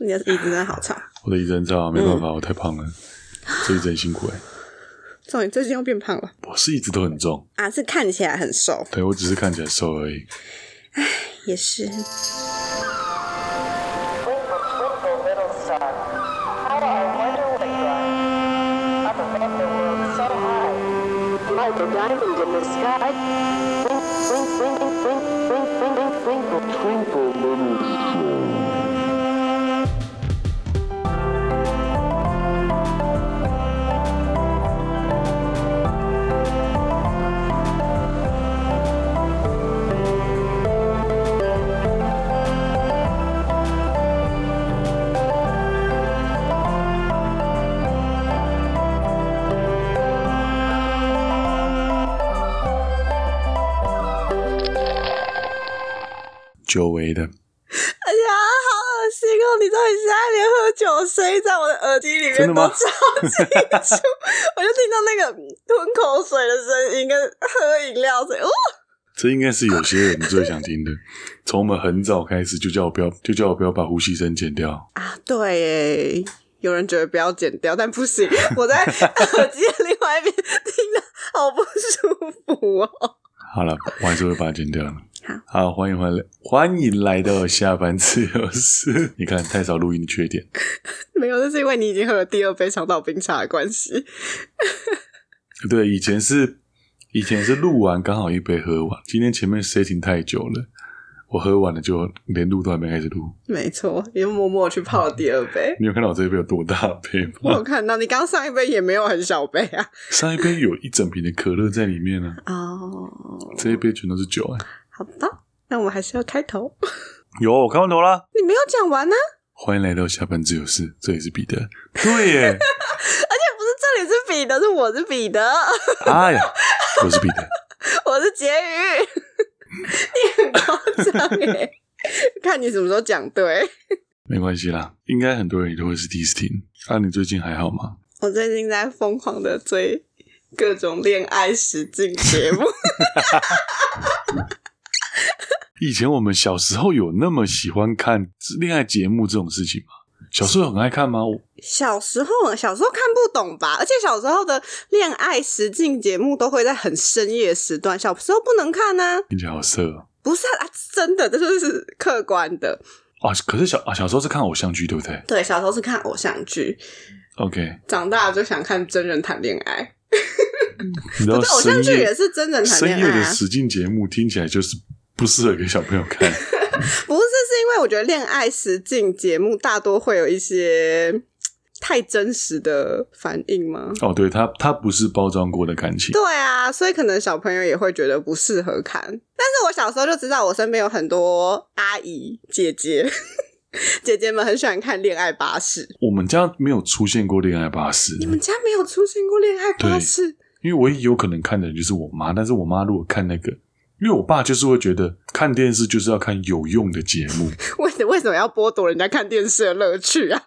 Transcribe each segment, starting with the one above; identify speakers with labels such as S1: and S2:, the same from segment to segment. S1: 你的椅子嗯真的好吵。
S2: 我的一整照没办法，我太胖了，这一整辛苦哎、
S1: 重点最近又变胖了
S2: 我是一直都很重，
S1: 啊，是看起来很瘦，
S2: 对我只是看起来瘦而已。
S1: 也是
S3: Twinkle, twinkle, little star, how I wonder what you are. Up above the world so high, like a diamond in the sky. Twink, twink, twink, twink, twink, twink, twink, twinkle, twinkle, little star.
S2: 久违的，
S1: 哎呀，好恶心哦！你到底是爱连喝酒的声音在我的耳机里面
S2: 真
S1: 都
S2: 的吗
S1: 超清楚， 我就听到那个吞口水的声音跟喝饮料声，哦，
S2: 这应该是有些人最想听的。 从我们很早开始就叫我不要，就叫我不要把呼吸声剪掉。
S1: 啊，对耶，有人觉得不要剪掉，但不行，我在耳机的另外一边听到，好不舒服哦。
S2: 好了，我还是会把它剪掉了。
S1: 好
S2: 好，欢迎回来，欢迎来到下班自由室。 你看，太少录音的缺点。
S1: 没有，那是因为你已经喝了第二杯长岛冰茶的关系。
S2: 对，以前是以前是录完刚好一杯喝完，今天前面 setting 太久了，我喝完了就连录都还没开始录。
S1: 没错，你就默默去泡了第二杯。
S2: 你有看到我这一杯有多大杯
S1: 我
S2: 吗？
S1: 有看到你刚上一杯也没有很小杯啊。
S2: 上一杯有一整瓶的可乐在里面 呢、
S1: 哦，
S2: 这一杯全都是酒啊。
S1: 好吧，那我们还是要开头。哎
S2: 有，我看完头啦。
S1: 你没有讲完啊呢、
S2: 欢迎来到下班自由室，这里是彼得。对耶，
S1: 而且不是这里是彼得，是我是彼得，
S2: 哎呀，我是彼得。
S1: 我是婕妤。 你很夸张 哎，看你什么时候讲对。
S2: 没关系啦，应该很多人也都会是第一次听。啊，你最近还好吗？
S1: 我最近在疯狂的追各种恋爱实境节目，
S2: 以前我们小时候有那么喜欢看恋爱节目这种事情吗？小时候很爱看吗？我
S1: 小时候小时候看不懂吧，而且小时候的恋爱实境节目都会在很深夜时段，小时候不能看啊呢、
S2: 听起来好色哦。
S1: 不是啊，啊真的，这就是客观的。
S2: 啊，可是小啊小时候是看偶像剧，对不对
S1: 对，小时候是看偶像剧，
S2: ？OK，
S1: 长大了就想看真人谈恋爱。
S2: 你知道
S1: 可是偶像
S2: 深
S1: 剧也
S2: 夜
S1: 是真人谈
S2: 深
S1: 恋
S2: 夜
S1: 爱、
S2: 的
S1: 啊，
S2: 实境节目听起来就是不适合给小朋友 看。
S1: 不是是因为我觉得恋爱实境节目大多会有一些嘖太真实的反应吗？
S2: 哦，对，它它不是包装过的感情。
S1: 对啊，所以可能小朋友也会觉得不适合看。但是我小时候就知道，我身边有很多阿姨、姐姐、 姐姐们很喜欢看《恋爱巴士》。
S2: 我们家没有出现过恋爱巴士，
S1: 你们家没有出现过《恋爱巴士》？
S2: 因为唯一有可能看的人就是我妈，但是我妈如果看那个，因为我爸就是会觉得看电视就是要看有用的节目，
S1: 为什为什么要剥夺人家看电视的乐趣啊？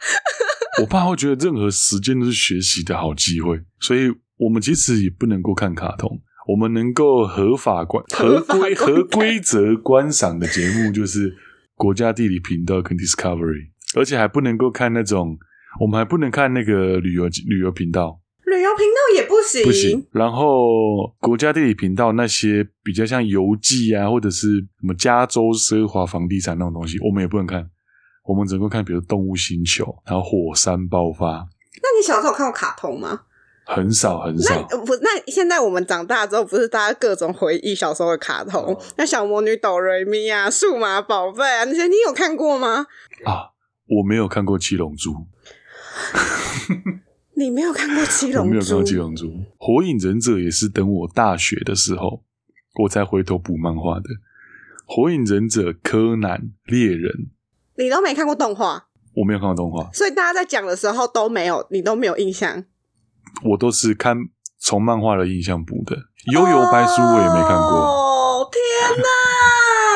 S2: 我爸会觉得任何时间都是学习的好机会，所以我们其实也不能够看卡通，我们能够合法观、合
S1: 合法观
S2: 规、
S1: 看
S2: 合规则观赏的节目就是国家地理频道跟 Discovery，而且还不能够看那种，我们还不能看那个旅游旅游频道，
S1: 旅游频道也不行，
S2: 不行。然后国家地理频道那些比较像游记啊，或者是什么加州奢华房地产那种东西，我们也不能看。我们只能够看，比如《动物星球》，然后《火山爆发》，
S1: 那你小时候有看过卡通吗？
S2: 很少很
S1: 那
S2: 少。
S1: 呃不，那现在我们长大之后，不是大家各种回忆小时候的卡通，
S2: 哦
S1: 那小魔女哆瑞咪啊、数码宝贝啊那些，你有看过吗？
S2: 啊，我没有看过《七龙珠》，
S1: 你没有看过《七
S2: 我
S1: 龙
S2: 没有看
S1: 珠
S2: 过《七》？龙珠》，《火影忍者》也是等我大学的时候，我才回头补漫画的。《火影忍者》、柯南、猎人，
S1: 你都没看过动画，
S2: 我没有看过动画，
S1: 所以大家在讲的时候都没有，你都没有印象。
S2: 我都是看从漫画的印象补的。《悠游白书》我也没看过，
S1: 哦，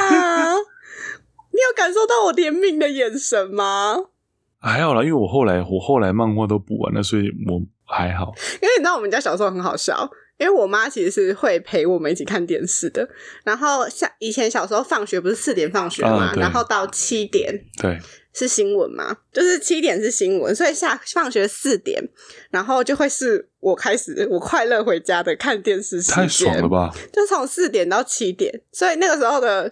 S1: 天哪！ 你有感受到我怜悯的眼神吗？
S2: 还好啦，因为我后来我后来漫画都补完了，所以我还好。
S1: 因为你知道我们家小时候很好笑，因为我妈其实是会陪我们一起看电视的。然后像以前小时候放学不是四点放学嘛，
S2: 嗯对
S1: 然后到七点
S2: 对，
S1: 是新闻吗？就是七点是新闻，所以下放学四点，然后就会是我开始我快乐回家的看电视时间，
S2: 太爽了吧！
S1: 就从四点到七点，所以那个时候的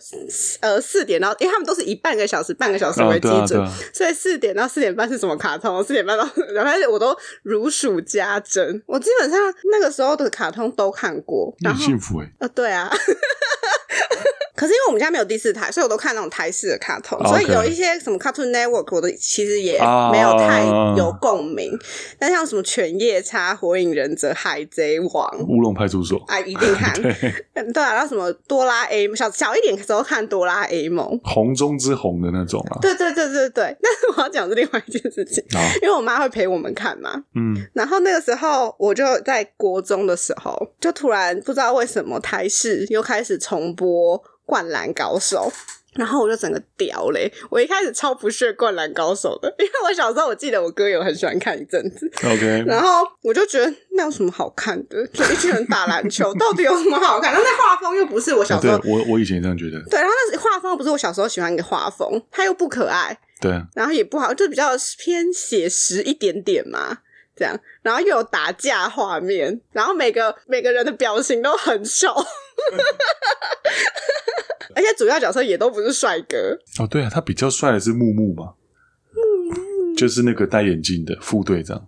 S1: 呃四点到，因为他们都是以半个小时、半个小时
S2: 啊，
S1: 为基
S2: 对啊，对
S1: 准，
S2: 啊，
S1: 所以四点到四点半是什么卡通？四点半到，然后我都如数家珍。我基本上那个时候的卡通都看过，
S2: 你
S1: 然
S2: 很
S1: 后
S2: 幸福哎、
S1: 呃，对啊。 可是因为我们家没有第四台，所以我都看那种台式的卡通
S2: 哦 OK
S1: 所以有一些什么 Cartoon Network，我都其实也
S2: 啊
S1: 没有太有
S2: 哦
S1: 共鸣。但像什么《犬夜叉》《火影忍者》《海贼王》
S2: 乌龙派出所，
S1: 啊，一定看。
S2: 对，
S1: 嗯对啊，然后什么哆啦 A 梦，小小一点的时候看哆啦 A 梦。
S2: 红中之红的那种啊。
S1: 对对对对对，但是我要讲的是另外一件事情，
S2: 好，
S1: 因为我妈会陪我们看嘛，
S2: 嗯，
S1: 然后那个时候，我就在国中的时候，就突然不知道为什么台视又开始重播《灌篮高手》。然后我就整个屌嘞！我一开始超不屑《灌篮高手》的，因为我小时候我记得我哥有很喜欢看一阵子，
S2: OK，
S1: 然后我就觉得那有什么好看的？就一群人打篮球，到底有什么好看？然后那画风又不是我小
S2: 啊
S1: 时
S2: 对
S1: 候，
S2: 我我以前也这样觉得，
S1: 对，然后那画风又不是我小时候喜欢的画风，它又不可爱，
S2: 对啊，
S1: 然后也不好，就比较偏写实一点点嘛，这样，然后又有打架画面，然后每个每个人的表情都很丑， 而且主要角色也都不是帅哥，
S2: 哦对啊，他比较帅的是木木嘛，就是那个戴眼镜的副队长，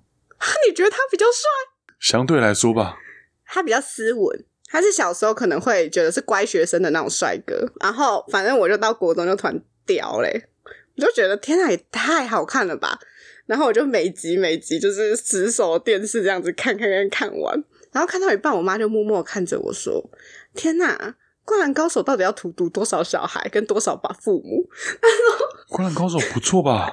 S1: 你觉得他比较帅？
S2: 相对来说吧，
S1: 他比较斯文。他是小时候可能会觉得是乖学生的那种帅哥，然后反正我就到国中就团屌嘞，我就觉得天呐，也太好看了吧！然后我就每集每集就是死守电视这样子看看看看完，然后看到一半，我妈就默默看着我说：“天呐，灌篮高手到底要荼毒多少小孩跟多少把父母？
S2: 灌篮高手不错吧？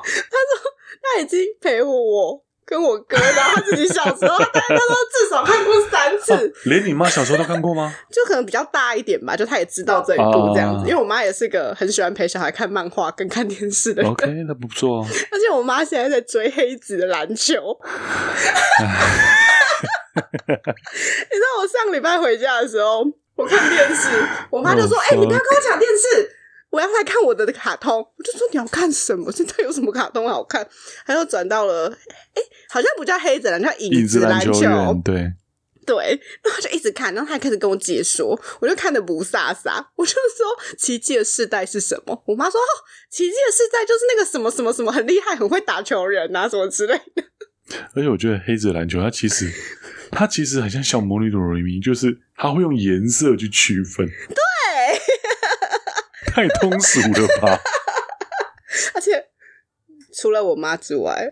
S1: 他已经陪我跟我哥，然后他自己小时候，他大概都至少看过三
S2: 啊
S1: 次，
S2: 连你妈小时候都看过吗？
S1: 就可能比较大一点吧，就他也知道这一步这样子。
S2: 啊
S1: 因为我妈也是个很喜欢陪小孩看漫画跟看电视的人
S2: OK，那不错 哦。
S1: 而且我妈现在在追黑子的篮 球。你知道我上礼拜回家的时候，我看电 视，我妈就说：“
S2: Oh,
S1: 哎、你不要跟我抢电视，我要来看我的卡通。”我就说：“你要看什么？现在有什么卡通好看？”她又转到了，哎、好像不叫黑子篮球，叫
S2: 影
S1: 影
S2: 子
S1: 子
S2: 篮
S1: 篮
S2: 球员，对，
S1: 对，然后就一直看，然后他还开始跟我解说，我就看的不飒飒，我就说奇迹的世代是什么？我妈说、哦、奇迹的世代就是那个什么什么什么很厉害，很会打球人啊，什么之类的。
S2: 而且我觉得黑子篮球，它其实它其实很像小魔女的瑞咪，就是它会用颜色去区分，
S1: 对，
S2: 太通俗了 吧？
S1: 而且除了我妈之外，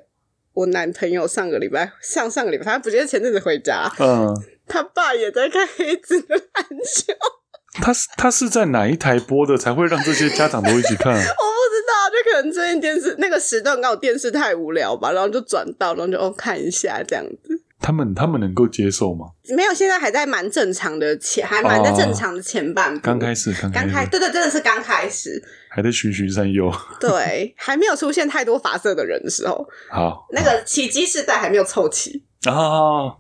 S1: 我男朋友上个礼拜上上个礼拜，他不是前阵子回家，
S2: 嗯，
S1: 他爸也在看黑子的篮球，
S2: 它是它是在哪一台播的才会让这些家长都一起看啊？
S1: 我不知道，就可能最近电视那个时段刚好电视太无聊吧，然后就转到，然后就哦看一下这样子。
S2: 他们他们能够接受吗？
S1: 没有，现在还在蛮正常的前，还蛮在正常的前半部。
S2: 哦刚开始，刚
S1: 刚开，
S2: 开始，
S1: 对对，真的是刚开始，
S2: 还在循循善诱。
S1: 对，还没有出现太多发色的人的时候，
S2: 好
S1: 那个奇迹世代还没有凑齐。
S2: 啊啊，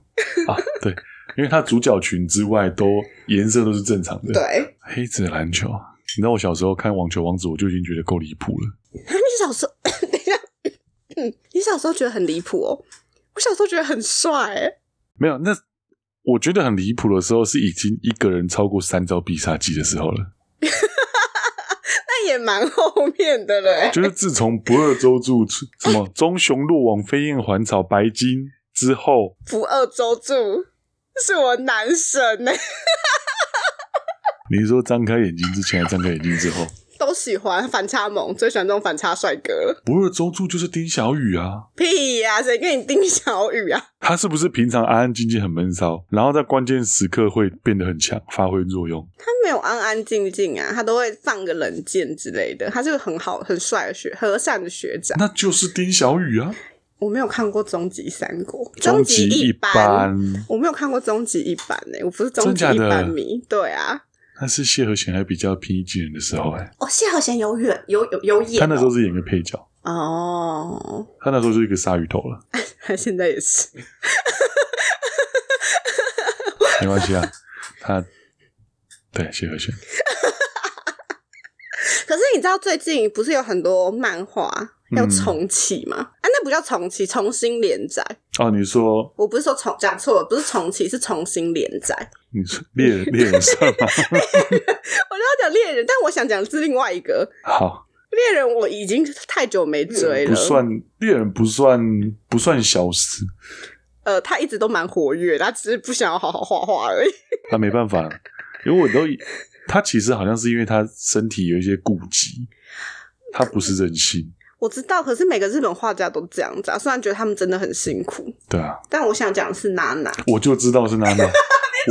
S2: 对，因为它主角群之外都颜色都是正常的。，
S1: 对，
S2: 黑子篮球，你知道我小时候看《网球王子》，我就已经觉得够离谱了。
S1: 啊，你小时候， 等一下，嗯你小时候觉得很离谱哦，我小时候觉得很帅、欸，
S2: 没有，那我觉得很离谱的时候是已经一个人超过三招必杀技的时候了。
S1: 但也蛮后面的了、欸。
S2: 就是自从不二周助出什么棕熊落网、飞燕还草、白金之后，
S1: 不二周助是我男神呢、欸
S2: 你是说张开眼睛之前，还是张开眼睛之后，
S1: 都喜欢反差萌，最喜欢这种反差帅哥了。
S2: 不二周助就是丁小雨啊。
S1: 屁呀、谁跟你丁小雨啊？
S2: 他是不是平常安安静静很闷骚，然后在关键时刻会变得很强，发挥作用？
S1: 他没有安安静静啊，他都会放个冷箭之类的。他是个很好、很帅的学和善的学长。
S2: 那就是丁小雨啊。
S1: 我没有看过《终极三国》，《
S2: 终极
S1: 极
S2: 一
S1: 班》
S2: 班，
S1: 我没有看过《终极一班》欸呢、我不是《终极
S2: 真
S1: 一
S2: 假的
S1: 班》迷。对啊，
S2: 那是谢和弦还比较平易近人的时候哎、
S1: 哦，谢和弦有演有有有演、哦，
S2: 他那时候是演个配角，
S1: 哦，
S2: 他那时候就是一个鲨鱼头了，
S1: 他现在也是。
S2: 没关系啊，他对谢和弦
S1: 可是你知道最近不是有很多漫画要重启
S2: 嗯
S1: 吗？啊，那不叫重启，重新连载。
S2: 哦，你说
S1: 我不是说重讲错了，不是重启，是重新连载。
S2: 你说猎人猎人算吗？
S1: 我就要讲猎人，但我想讲的是另外一个
S2: 好，
S1: 猎人，我已经太久没追了。
S2: 不算猎人不算不算消失，
S1: 呃，他一直都蛮活跃，他只是不想要好好画画而已。
S2: 那没办法，因为我都以他其实好像是因为他身体有一些顾忌，他不是任性，
S1: 我知道，可是每个日本画家都这样子啊。虽然觉得他们真的很辛苦，
S2: 对啊，
S1: 但我想讲的是娜娜。
S2: 我就知道是娜 娜，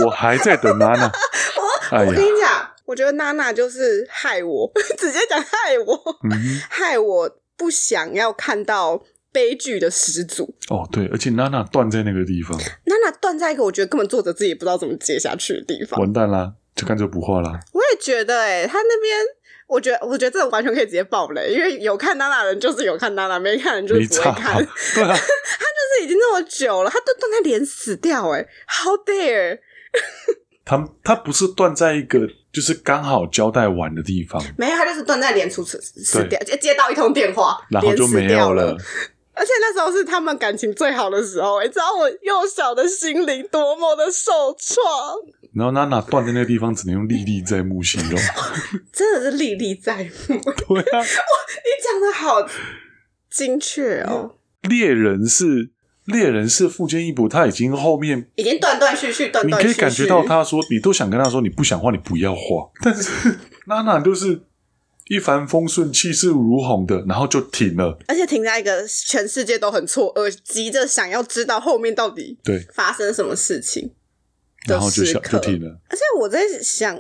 S2: 我还在等娜娜，哎
S1: 哦我
S2: 呀
S1: 跟，你讲，我觉得娜娜就是害我， 直接讲害我，
S2: 嗯哼，
S1: 害我不想要看到悲剧的始祖。
S2: 哦对，而且娜娜断在那个地方，
S1: 娜娜断在一个我觉得根本作者自己也不知道怎么接下去的地方。
S2: 完蛋啦，就干脆不画啦，
S1: 我也觉得、欸，哎，他那边。我觉得，我觉得这种完全可以直接爆雷，因为有看娜娜的人就是有看娜娜，没看的人就
S2: 没
S1: 是不会
S2: 差
S1: 看。，
S2: 对啊，
S1: 就是已经那么久了，他都断在脸死掉哎、h o w dare！
S2: 他他不是断在一个就是刚好交代完的地方，
S1: 没有，他就是断在脸处死死掉，接接到一通电话，
S2: 然后就
S1: 脸死
S2: 没
S1: 掉
S2: 有
S1: 了
S2: 了。。
S1: 而且那时候是他们感情最好的时候、欸，你知道我幼小的心灵多么的受创，
S2: 然后娜娜断在那个地方，只能用历历在目形 容。
S1: 真的是历历在目。你
S2: 对啊，
S1: 讲的好精确哦，
S2: 猎人是猎人是富坚义博，他已经后面
S1: 已经断断续续，断
S2: 你
S1: 断
S2: 可
S1: 续续。
S2: 以感觉到他说，你都想跟他说你不想画，你不要画，但是娜娜就是一帆风顺、气势如虹的，然后就停了。
S1: 而且停在一个全世界都很错愕，急着想要知道后面到底
S2: 对
S1: 发生什么事情的
S2: 然后就
S1: 时
S2: 想
S1: 刻
S2: 就。停了，
S1: 而且我在想，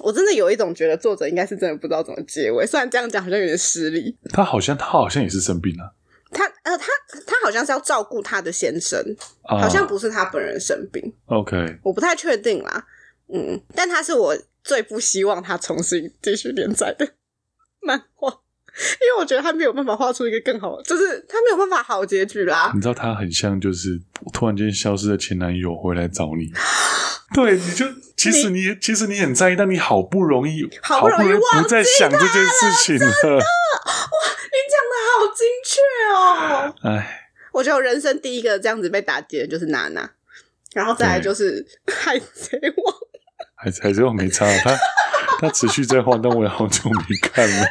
S1: 我真的有一种觉得作者应该是真的不知道怎么结尾，虽然这样讲好像有点失礼。
S2: 他好像他好像也是生病了、
S1: 他呃，他他好像是要照顾他的先生，
S2: 啊，
S1: 好像不是他本人生病，
S2: OK，
S1: 我不太确定啦。嗯，但他是我最不希望他重新继续连载的漫画，因为我觉得他没有办法画出一个更好，就是他没有办法好结局啦。
S2: 你知道他很像就是突然间消失的前男友回来找 你，对，你就其实你其实你很在意，但你好不容易
S1: 好不
S2: 不
S1: 容易
S2: 容易
S1: 忘
S2: 不再
S1: 记
S2: 想这件事情了，
S1: 你讲的好精确哦。
S2: 哎，
S1: 我觉得我人生第一个这样子被打击的就是娜娜，然后再来就是 海贼王。
S2: 还还是我没差， 他他持续在换，但我也好久没看了。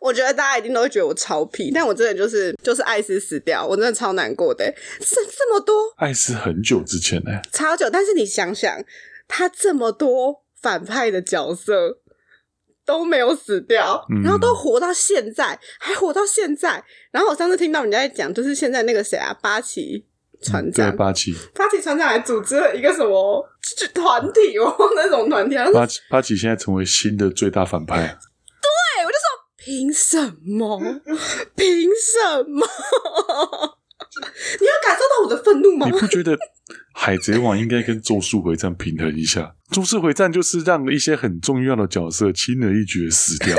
S1: 我觉得大家一定都会觉得我超皮，但我真的就是就是艾斯死掉，我真的超难过的、这这么多
S2: 爱是很久之前呢、
S1: 超久，但是你想想，他这么多反派的角色都没有死掉，
S2: 嗯
S1: 然后都活到现在，还活到现在。然后我上次听到人家在讲，就是现在那个谁啊，八旗船
S2: 对
S1: 长，
S2: 八旗
S1: 八旗船长还组织了一个什么就团体，我忘了那种团体， 然后
S2: 八旗八旗现在成为新的最大反派，
S1: 哎对，我就说凭什 么？凭什么？你有感受到我的愤怒吗
S2: 你？不觉得？海贼王应该跟咒术回战平衡一 下，咒术回战就是让一些很重要的角色轻而易举地死 掉，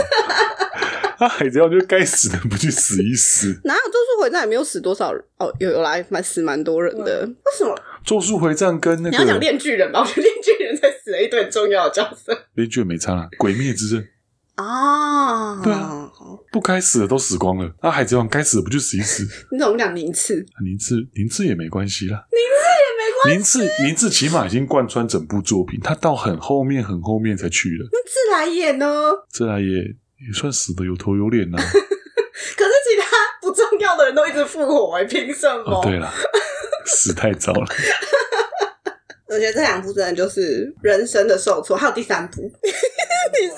S2: 那、海贼王就该死的不去死一死。
S1: 哪有咒术回战也没有死多少人哦，有有来蛮死蛮多人的，为什么？
S2: 咒术回战跟那
S1: 你要讲
S2: 个
S1: 炼巨人吧，我觉得炼巨人才死了一堆很重要的角色
S2: 雷剧没差啦，鬼灭之刃
S1: 啊
S2: 对啊，不该死的都死光了，那、海贼王该死的不去死一死，啊
S1: 你怎么讲宁次？
S2: 宁次宁次也没关系啦，宁次也没关系。宁次宁次起码已经贯穿整部作品，他到很后面很后面才去了，
S1: 那自来也呢？
S2: 这来也也算死的有头有脸啦、
S1: 可是其他不重要的人都一直复活、欸，凭什么？
S2: 哦，对 了，死太早了，
S1: 我觉得这两部真的就是人生的受挫，还有第三部， 你是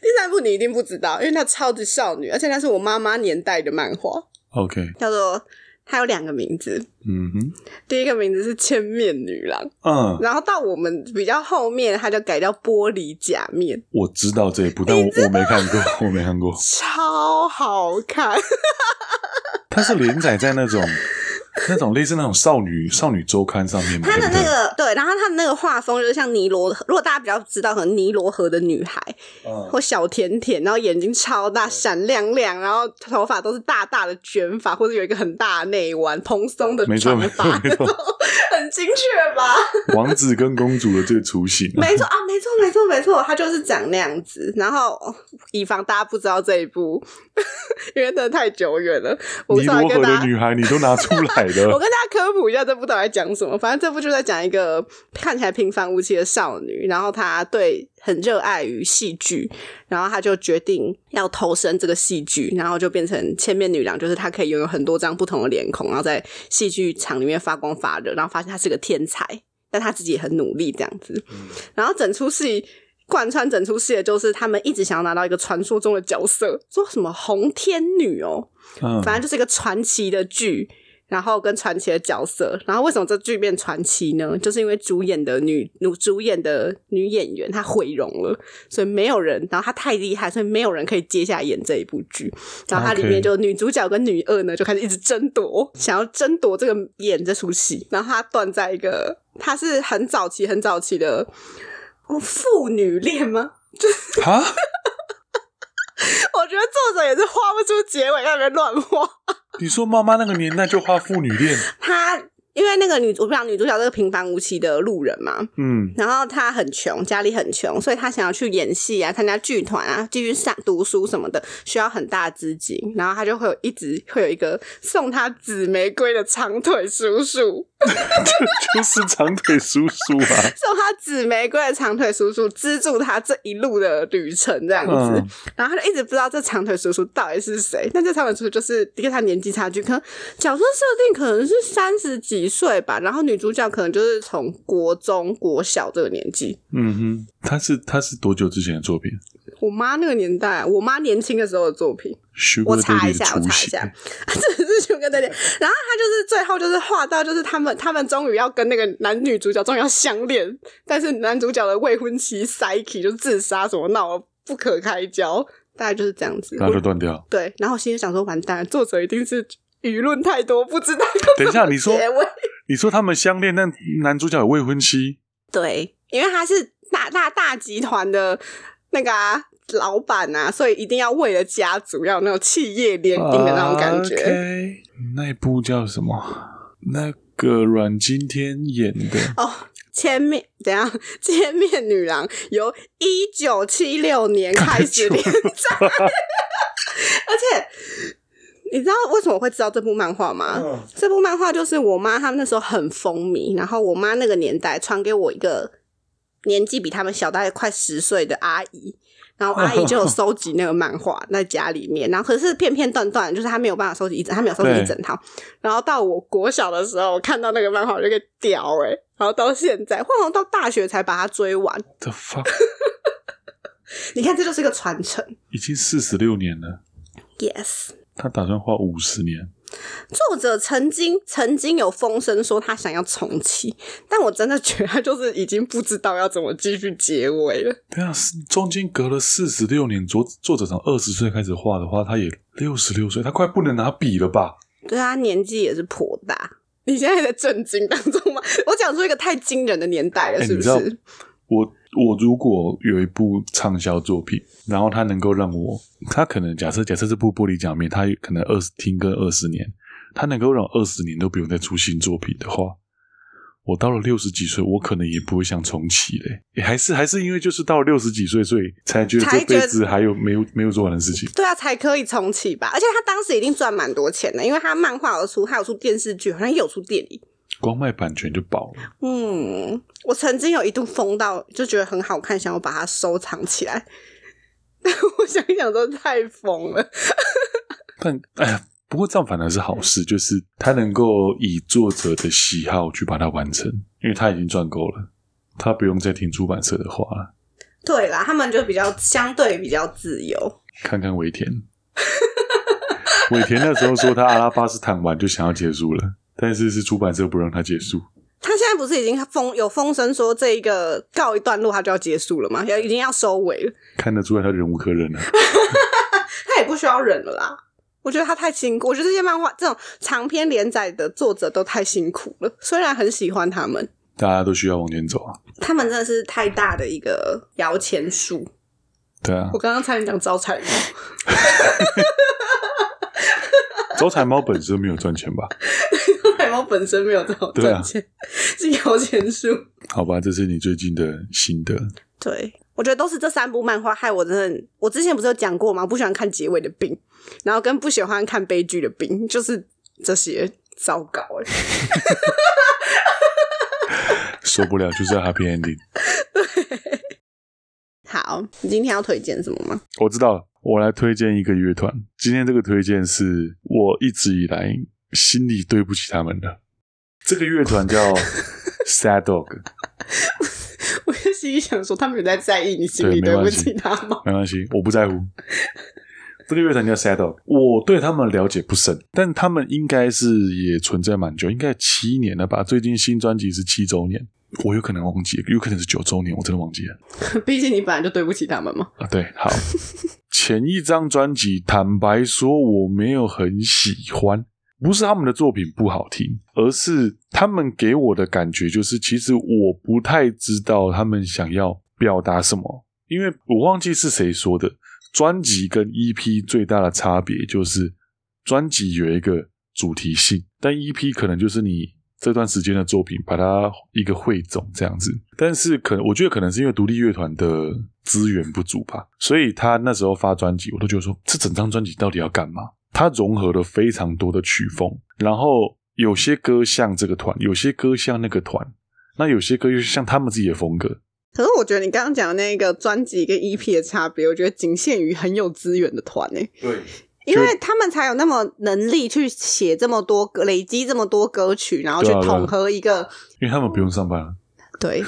S1: 第三部你一定不知道，因为它超级少女，而且那是我妈妈年代的漫画，
S2: OK，
S1: 叫做它有两个名字，
S2: 嗯哼，
S1: 第一个名字是千面女郎，
S2: 嗯，
S1: 然后到我们比较后面，它就改叫玻璃假面，
S2: 我知道这一部，但我我没看过， 我没看过，
S1: 超好看，
S2: 它是连载在那种那种类似那种少女少女周刊上面嘛，
S1: 他的
S2: 对不
S1: 那
S2: 对
S1: 个对，然后他的那个画风就是像尼罗，如果大家比较知道，可能尼罗河的女孩
S2: 嗯
S1: 或小甜甜，然后眼睛超大，闪亮亮，然后头发都是大大的卷发，或者有一个很大的内弯，蓬松的
S2: 没错
S1: 长
S2: 没错
S1: 发，
S2: 没错
S1: 很精确吧？
S2: 王子跟公主的这个雏形啊，
S1: 没错啊，没错没错没错，他就是长那样子。然后哦以防大家不知道这一部， 因为真的太久远了，我
S2: 尼
S1: 稍微
S2: 罗
S1: 跟
S2: 河
S1: 大
S2: 的
S1: 家
S2: 女孩你都拿出 来
S1: 我
S2: 的，
S1: 跟大家科普一下这部到底在讲什么。反正这部就在讲一个看起来平凡无奇的少女，然后她对很热爱于戏剧，然后她就决定要投身这个戏剧，然后就变成千面女郎，就是她可以拥有很多张不同的脸孔，然后在戏剧场里面发光发热，然后发现她是个天才，但她自己也很努力这样子。然后整出戏贯穿整出戏的就是他们一直想要拿到一个传说中的角色，说什么红天女哦、
S2: 嗯，
S1: 反正就是一个传奇的剧，然后跟传奇的角色。然后为什么这剧变传奇呢？就是因为主演的女女主演的女演员她毁容了，所以没有人。然后她太厉害，所以没有人可以接下来演这一部剧。然后它里
S2: OK
S1: 面就女主角跟女二呢就开始一直争夺，想要争夺这个演这出戏。然后她断在一个，她是很早期很早期的哦父女恋吗？
S2: 哈，
S1: 我觉得作者也是画不出结尾，在那边乱画。
S2: 你说妈妈那个年代就画父女恋，
S1: 她因为那个女，我不讲女主角是个平凡无奇的路人嘛，
S2: 嗯，
S1: 然后她很穷，家里很穷，所以她想要去演戏啊，参加剧团啊，继续上读书什么的，需要很大的资金，然后她就会有一直会有一个送她紫玫瑰的长腿叔叔，
S2: 这就是长腿叔叔啊，
S1: 送她紫玫瑰的长腿叔叔资助她这一路的旅程这样子，
S2: 嗯，
S1: 然后他就一直不知道这长腿叔叔到底是谁。但这长腿叔叔就是跟他年纪差距，可能角色设定可能是三十几岁吧，然后女主角可能就是从国中、国小这个年纪。
S2: 嗯哼，他是他是多久之前的作品
S1: 我妈那个年代，我妈年轻的时候的作品，我
S2: ？Sugar
S1: 查
S2: Daddy
S1: 一
S2: 的
S1: 下，我
S2: 雏
S1: 查一
S2: 形
S1: 下， 这是熊跟的脸。然后他就是最后就是画到，就是他们他们终于要跟那个男女主角终于要相恋，但是男主角的未婚妻 Psyche 就自杀，什么闹得不可开交，大概就是这样子。
S2: 然后就断掉。
S1: 对，然后我心里想说，完蛋了，作者一定是舆论太多，不知道要
S2: 等一下，你说
S1: 结尾。
S2: 你说他们相恋，但男主角有未婚妻，
S1: 对，因为他是大大大集团的那个、啊、老板啊，所以一定要为了家族要有那种企业联姻的那种感觉。
S2: 啊 OK，那部叫什么？那个阮经天演的，
S1: 哦，千面怎样？ 千面女郎由一九七六年开始连载， 而且你知道为什么我会知道这部漫画吗？这部漫画就是我妈他们那时候很风靡，然后我妈那个年代传给我一个年纪比他们小大概快十岁的阿姨。然后阿姨就有收集那个漫画在家里面，然后可是片片段段，就是她没有办法收集一整，她没有收集一
S2: 对
S1: 整套。然后到我国小的时候，我看到那个漫画我就给屌哎、欸，然后到现在，晃晃到大学才把它追完。
S2: The fuck，
S1: 你看，这就是一个传承。
S2: 已经四十六年了，
S1: Yes，
S2: 他打算画五十年。
S1: 作者曾经曾经有风声说他想要重启，但我真的觉得他就是已经不知道要怎么继续结尾了。
S2: 对啊，是中间隔了四十六年，作作者从二十岁开始画的话，他也六十六岁，他快不能拿笔了吧？
S1: 对啊，年纪也是颇大。你现在在震惊当中吗？我讲出一个太惊人的年代了，
S2: 哎
S1: 是不
S2: 你知道
S1: 是？
S2: 我我如果有一部畅销作品，然后它能够让我，它可能假设假设这部《玻璃假面》，它可能二十听个二十年，它能够让二十年都不用再出新作品的话，我到了六十几岁，我可能也不会想重启嘞、也还是还是因为就是到六十几岁，所以才觉得
S1: 才
S2: 这辈
S1: 觉得
S2: 子还有没有没有做完的事情。
S1: 对啊，才可以重启吧。而且他当时一定赚蛮多钱的，因为他漫画有出，他有出电视剧，好像也有出电影。
S2: 光卖版权就饱了，
S1: 嗯，我曾经有一度疯到就觉得很好看，想要把它收藏起来。 但我想一想，都太疯了。
S2: 但哎呀，不过这样反而是好事，就是他能够以作者的喜好去把它完成，因为他已经赚够了，他不用再听出版社的话了。
S1: 对啦，他们就比较相对比较自由。
S2: 看看尾田。尾田那时候说他阿拉巴斯坦完就想要结束了，但是是出版社不让他结束。
S1: 他现在不是已经风有风声说这一个告一段落，他就要结束了吗？要已经要收尾了，
S2: 看得出来他忍无可忍了、
S1: 他也不需要忍了啦。我我觉得他太辛苦，我觉得这些漫画这种长篇连载的作者都太辛苦了。虽然很喜欢他们，
S2: 大家都需要往前走啊。
S1: 他们真的是太大的一个摇钱树。
S2: 对啊
S1: 我，刚刚差点讲招财猫，
S2: 招财猫本身没有赚钱吧？
S1: 招财猫本身没有这种
S2: 对啊
S1: 赚钱，是摇钱树。
S2: 好吧，这是你最近的心得。
S1: 对，我觉得都是这三部漫画害我真的，我之前不是有讲过吗？不喜欢看结尾的病，然后跟不喜欢看悲剧的病，就是这些糟糕欸、
S2: 受不了就是要 happy ending。
S1: 好，你今天要推荐什么吗？
S2: 我知道了，我来推荐一个乐团。今天这个推荐是我一直以来心里对不起他们的。这个乐团叫 Sad Dog，
S1: 我就心里想说，他们有在在意你心里
S2: 对
S1: 对
S2: 没
S1: 不
S2: 关系
S1: 起他吗？
S2: 没关系，我不在乎。这个乐团叫 Sad Dog，我对他们了解不深，但他们应该是也存在蛮久，应该七年了吧？最近新专辑是七周年，我有可能忘记，有可能是九周年，我真的忘记了。
S1: 毕竟你本来就对不起他们嘛。
S2: 啊，对，好。前一张专辑，坦白说我没有很喜欢，不是他们的作品不好听，而是他们给我的感觉就是，其实我不太知道他们想要表达什么，因为我忘记是谁说的，专辑跟 EP 最大的差别就是，专辑有一个主题性，但 EP 可能就是你这段时间的作品，把它一个汇总这样子。但是可能我觉得可能是因为独立乐团的资源不足吧，所以他那时候发专辑，我都觉得说这整张专辑到底要干嘛？它融合了非常多的曲风，然后有些歌像这个团，有些歌像那个团，那有些歌又像他们自己的风格。
S1: 可是我觉得你刚刚讲的那个专辑跟 EP 的差别，我觉得仅限于很有资源的团诶、
S2: 对，
S1: 因为他们才有那么能力去写这么多歌，累积这么多歌曲，然后去
S2: 对啊对啊
S1: 统合一个
S2: 因为他们不用上班啊。
S1: 对，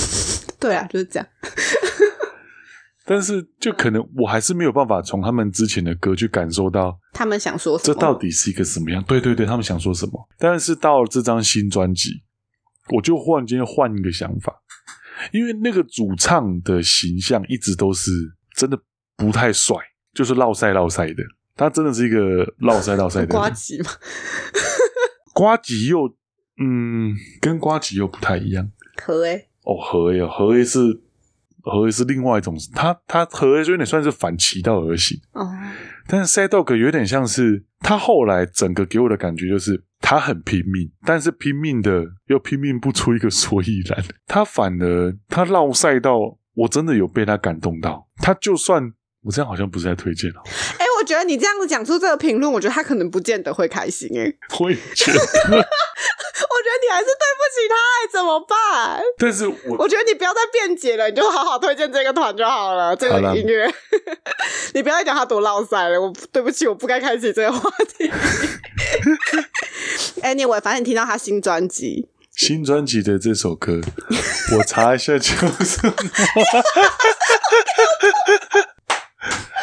S1: 对啊，就是这样。
S2: 但是就可能我还是没有办法从他们之前的歌去感受到
S1: 他们想说什
S2: 这
S1: 么？
S2: 到底是一个什么样？对对对，他们想说什么？但是到了这张新专辑，我就忽然间换一个想法，因为那个主唱的形象一直都是真的不太帅，就是落塞落塞的。他真的是一个落塞落塞的人
S1: 瓜吉嘛？
S2: 瓜吉又嗯，跟瓜吉又不太一样
S1: 可哎、
S2: 哦。合耶，合耶是合耶是另外一种，他他合耶就有点算是反其道而行。
S1: 哦，
S2: 但是 Sad Dog 有点像是他后来整个给我的感觉就是他很拼命，但是拼命的又拼命不出一个所以然。 他反而他绕赛道，我真的有被他感动到。他就算我这样好像不是在推荐哦，
S1: 哎、我觉得你这样子讲出这个评论，我觉得他可能不见得会开心 哎、
S2: 我也觉得，
S1: 我觉得你还是对不起他、哎，怎么办？
S2: 但是我
S1: 我觉得你不要再辩解了，你就好好推荐这个团就好了，这
S2: 好啦
S1: 个音乐。 你不要再讲他多落塞了，我对不起，我不该开启这个话 题。anyway，反正你听到他新专辑，
S2: 新专辑的这首歌，我查一下叫什么。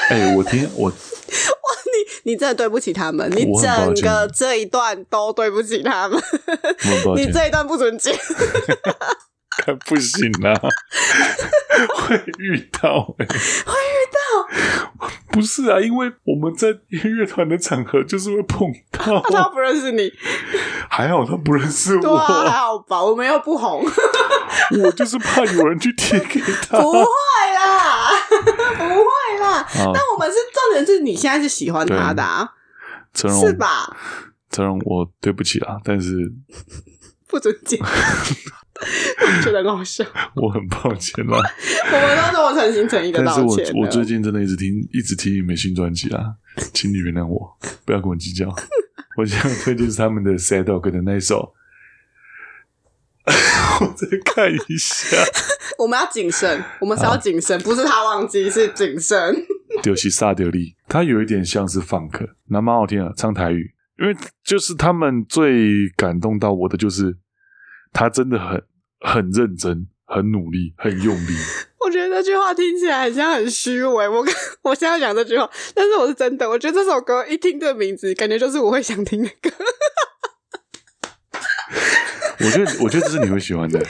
S2: 哎、我听我
S1: 你你真的对不起他们，你
S2: 我很抱
S1: 整
S2: 歉
S1: 个这一段都对不起他们，
S2: 我很抱
S1: 你
S2: 歉，
S1: 这一段不准接。
S2: 看不行啊，会遇到、欸，会遇到，不是啊，因为我们在乐团的场合就是会碰到
S1: 啊他，他不认识你，
S2: 还好他不认识
S1: 对啊，还
S2: 我，
S1: 好吧，我们又不红，
S2: 我就是怕有人去贴给他。
S1: 不会啦，不会啦。
S2: 啊，
S1: 但我们是重点是你现在是喜欢他的、啊，
S2: 陈
S1: 是
S2: 荣，
S1: 吧？
S2: 陈荣，我对不起啊，但是
S1: 不准接，觉得很好笑。
S2: 我很抱歉啊，
S1: 我们都这么诚心诚意的
S2: 但
S1: 道
S2: 是我
S1: 歉了
S2: 我最近真的一直听，一直听你们新专辑啊，请你原谅我，不要跟我计较。 我想推荐是他们的 Sad Dog 的那一首， 我再看一下。
S1: 我们要谨慎，我们是
S2: 啊
S1: 要谨慎，不是他忘记，是谨慎。
S2: 就是萨德利，它有一点像是放克，那蛮好听的，唱台语。因为就是他们最感动到我的，就是他真的很很认真、很努力、很用力。
S1: 我觉得这句话听起来很像很虚伪。我我现在讲这句话，但是我是真的。我觉得这首歌一听这个名字，感觉就是我会想听的歌。
S2: 我觉得，我觉得这是你会喜欢的。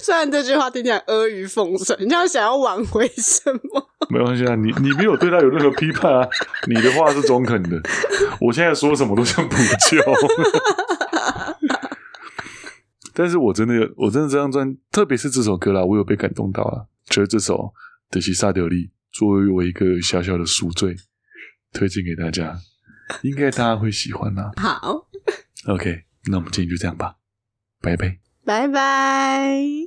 S1: 虽然这句话听起来阿谀奉承，你要想要挽回什么？
S2: 没关系啊，你你没有对他有任何批判啊，你的话是中肯的。我现在说什么都想补救，但是我真的有，我真的这张专，特别是这首歌啦，我有被感动到啊，觉得这首《德西萨德利》作为我一个小小的赎罪，推荐给大家，应该大家会喜欢啦、
S1: 好，
S2: OK，那我们今天就这样吧，拜拜。
S1: 拜拜。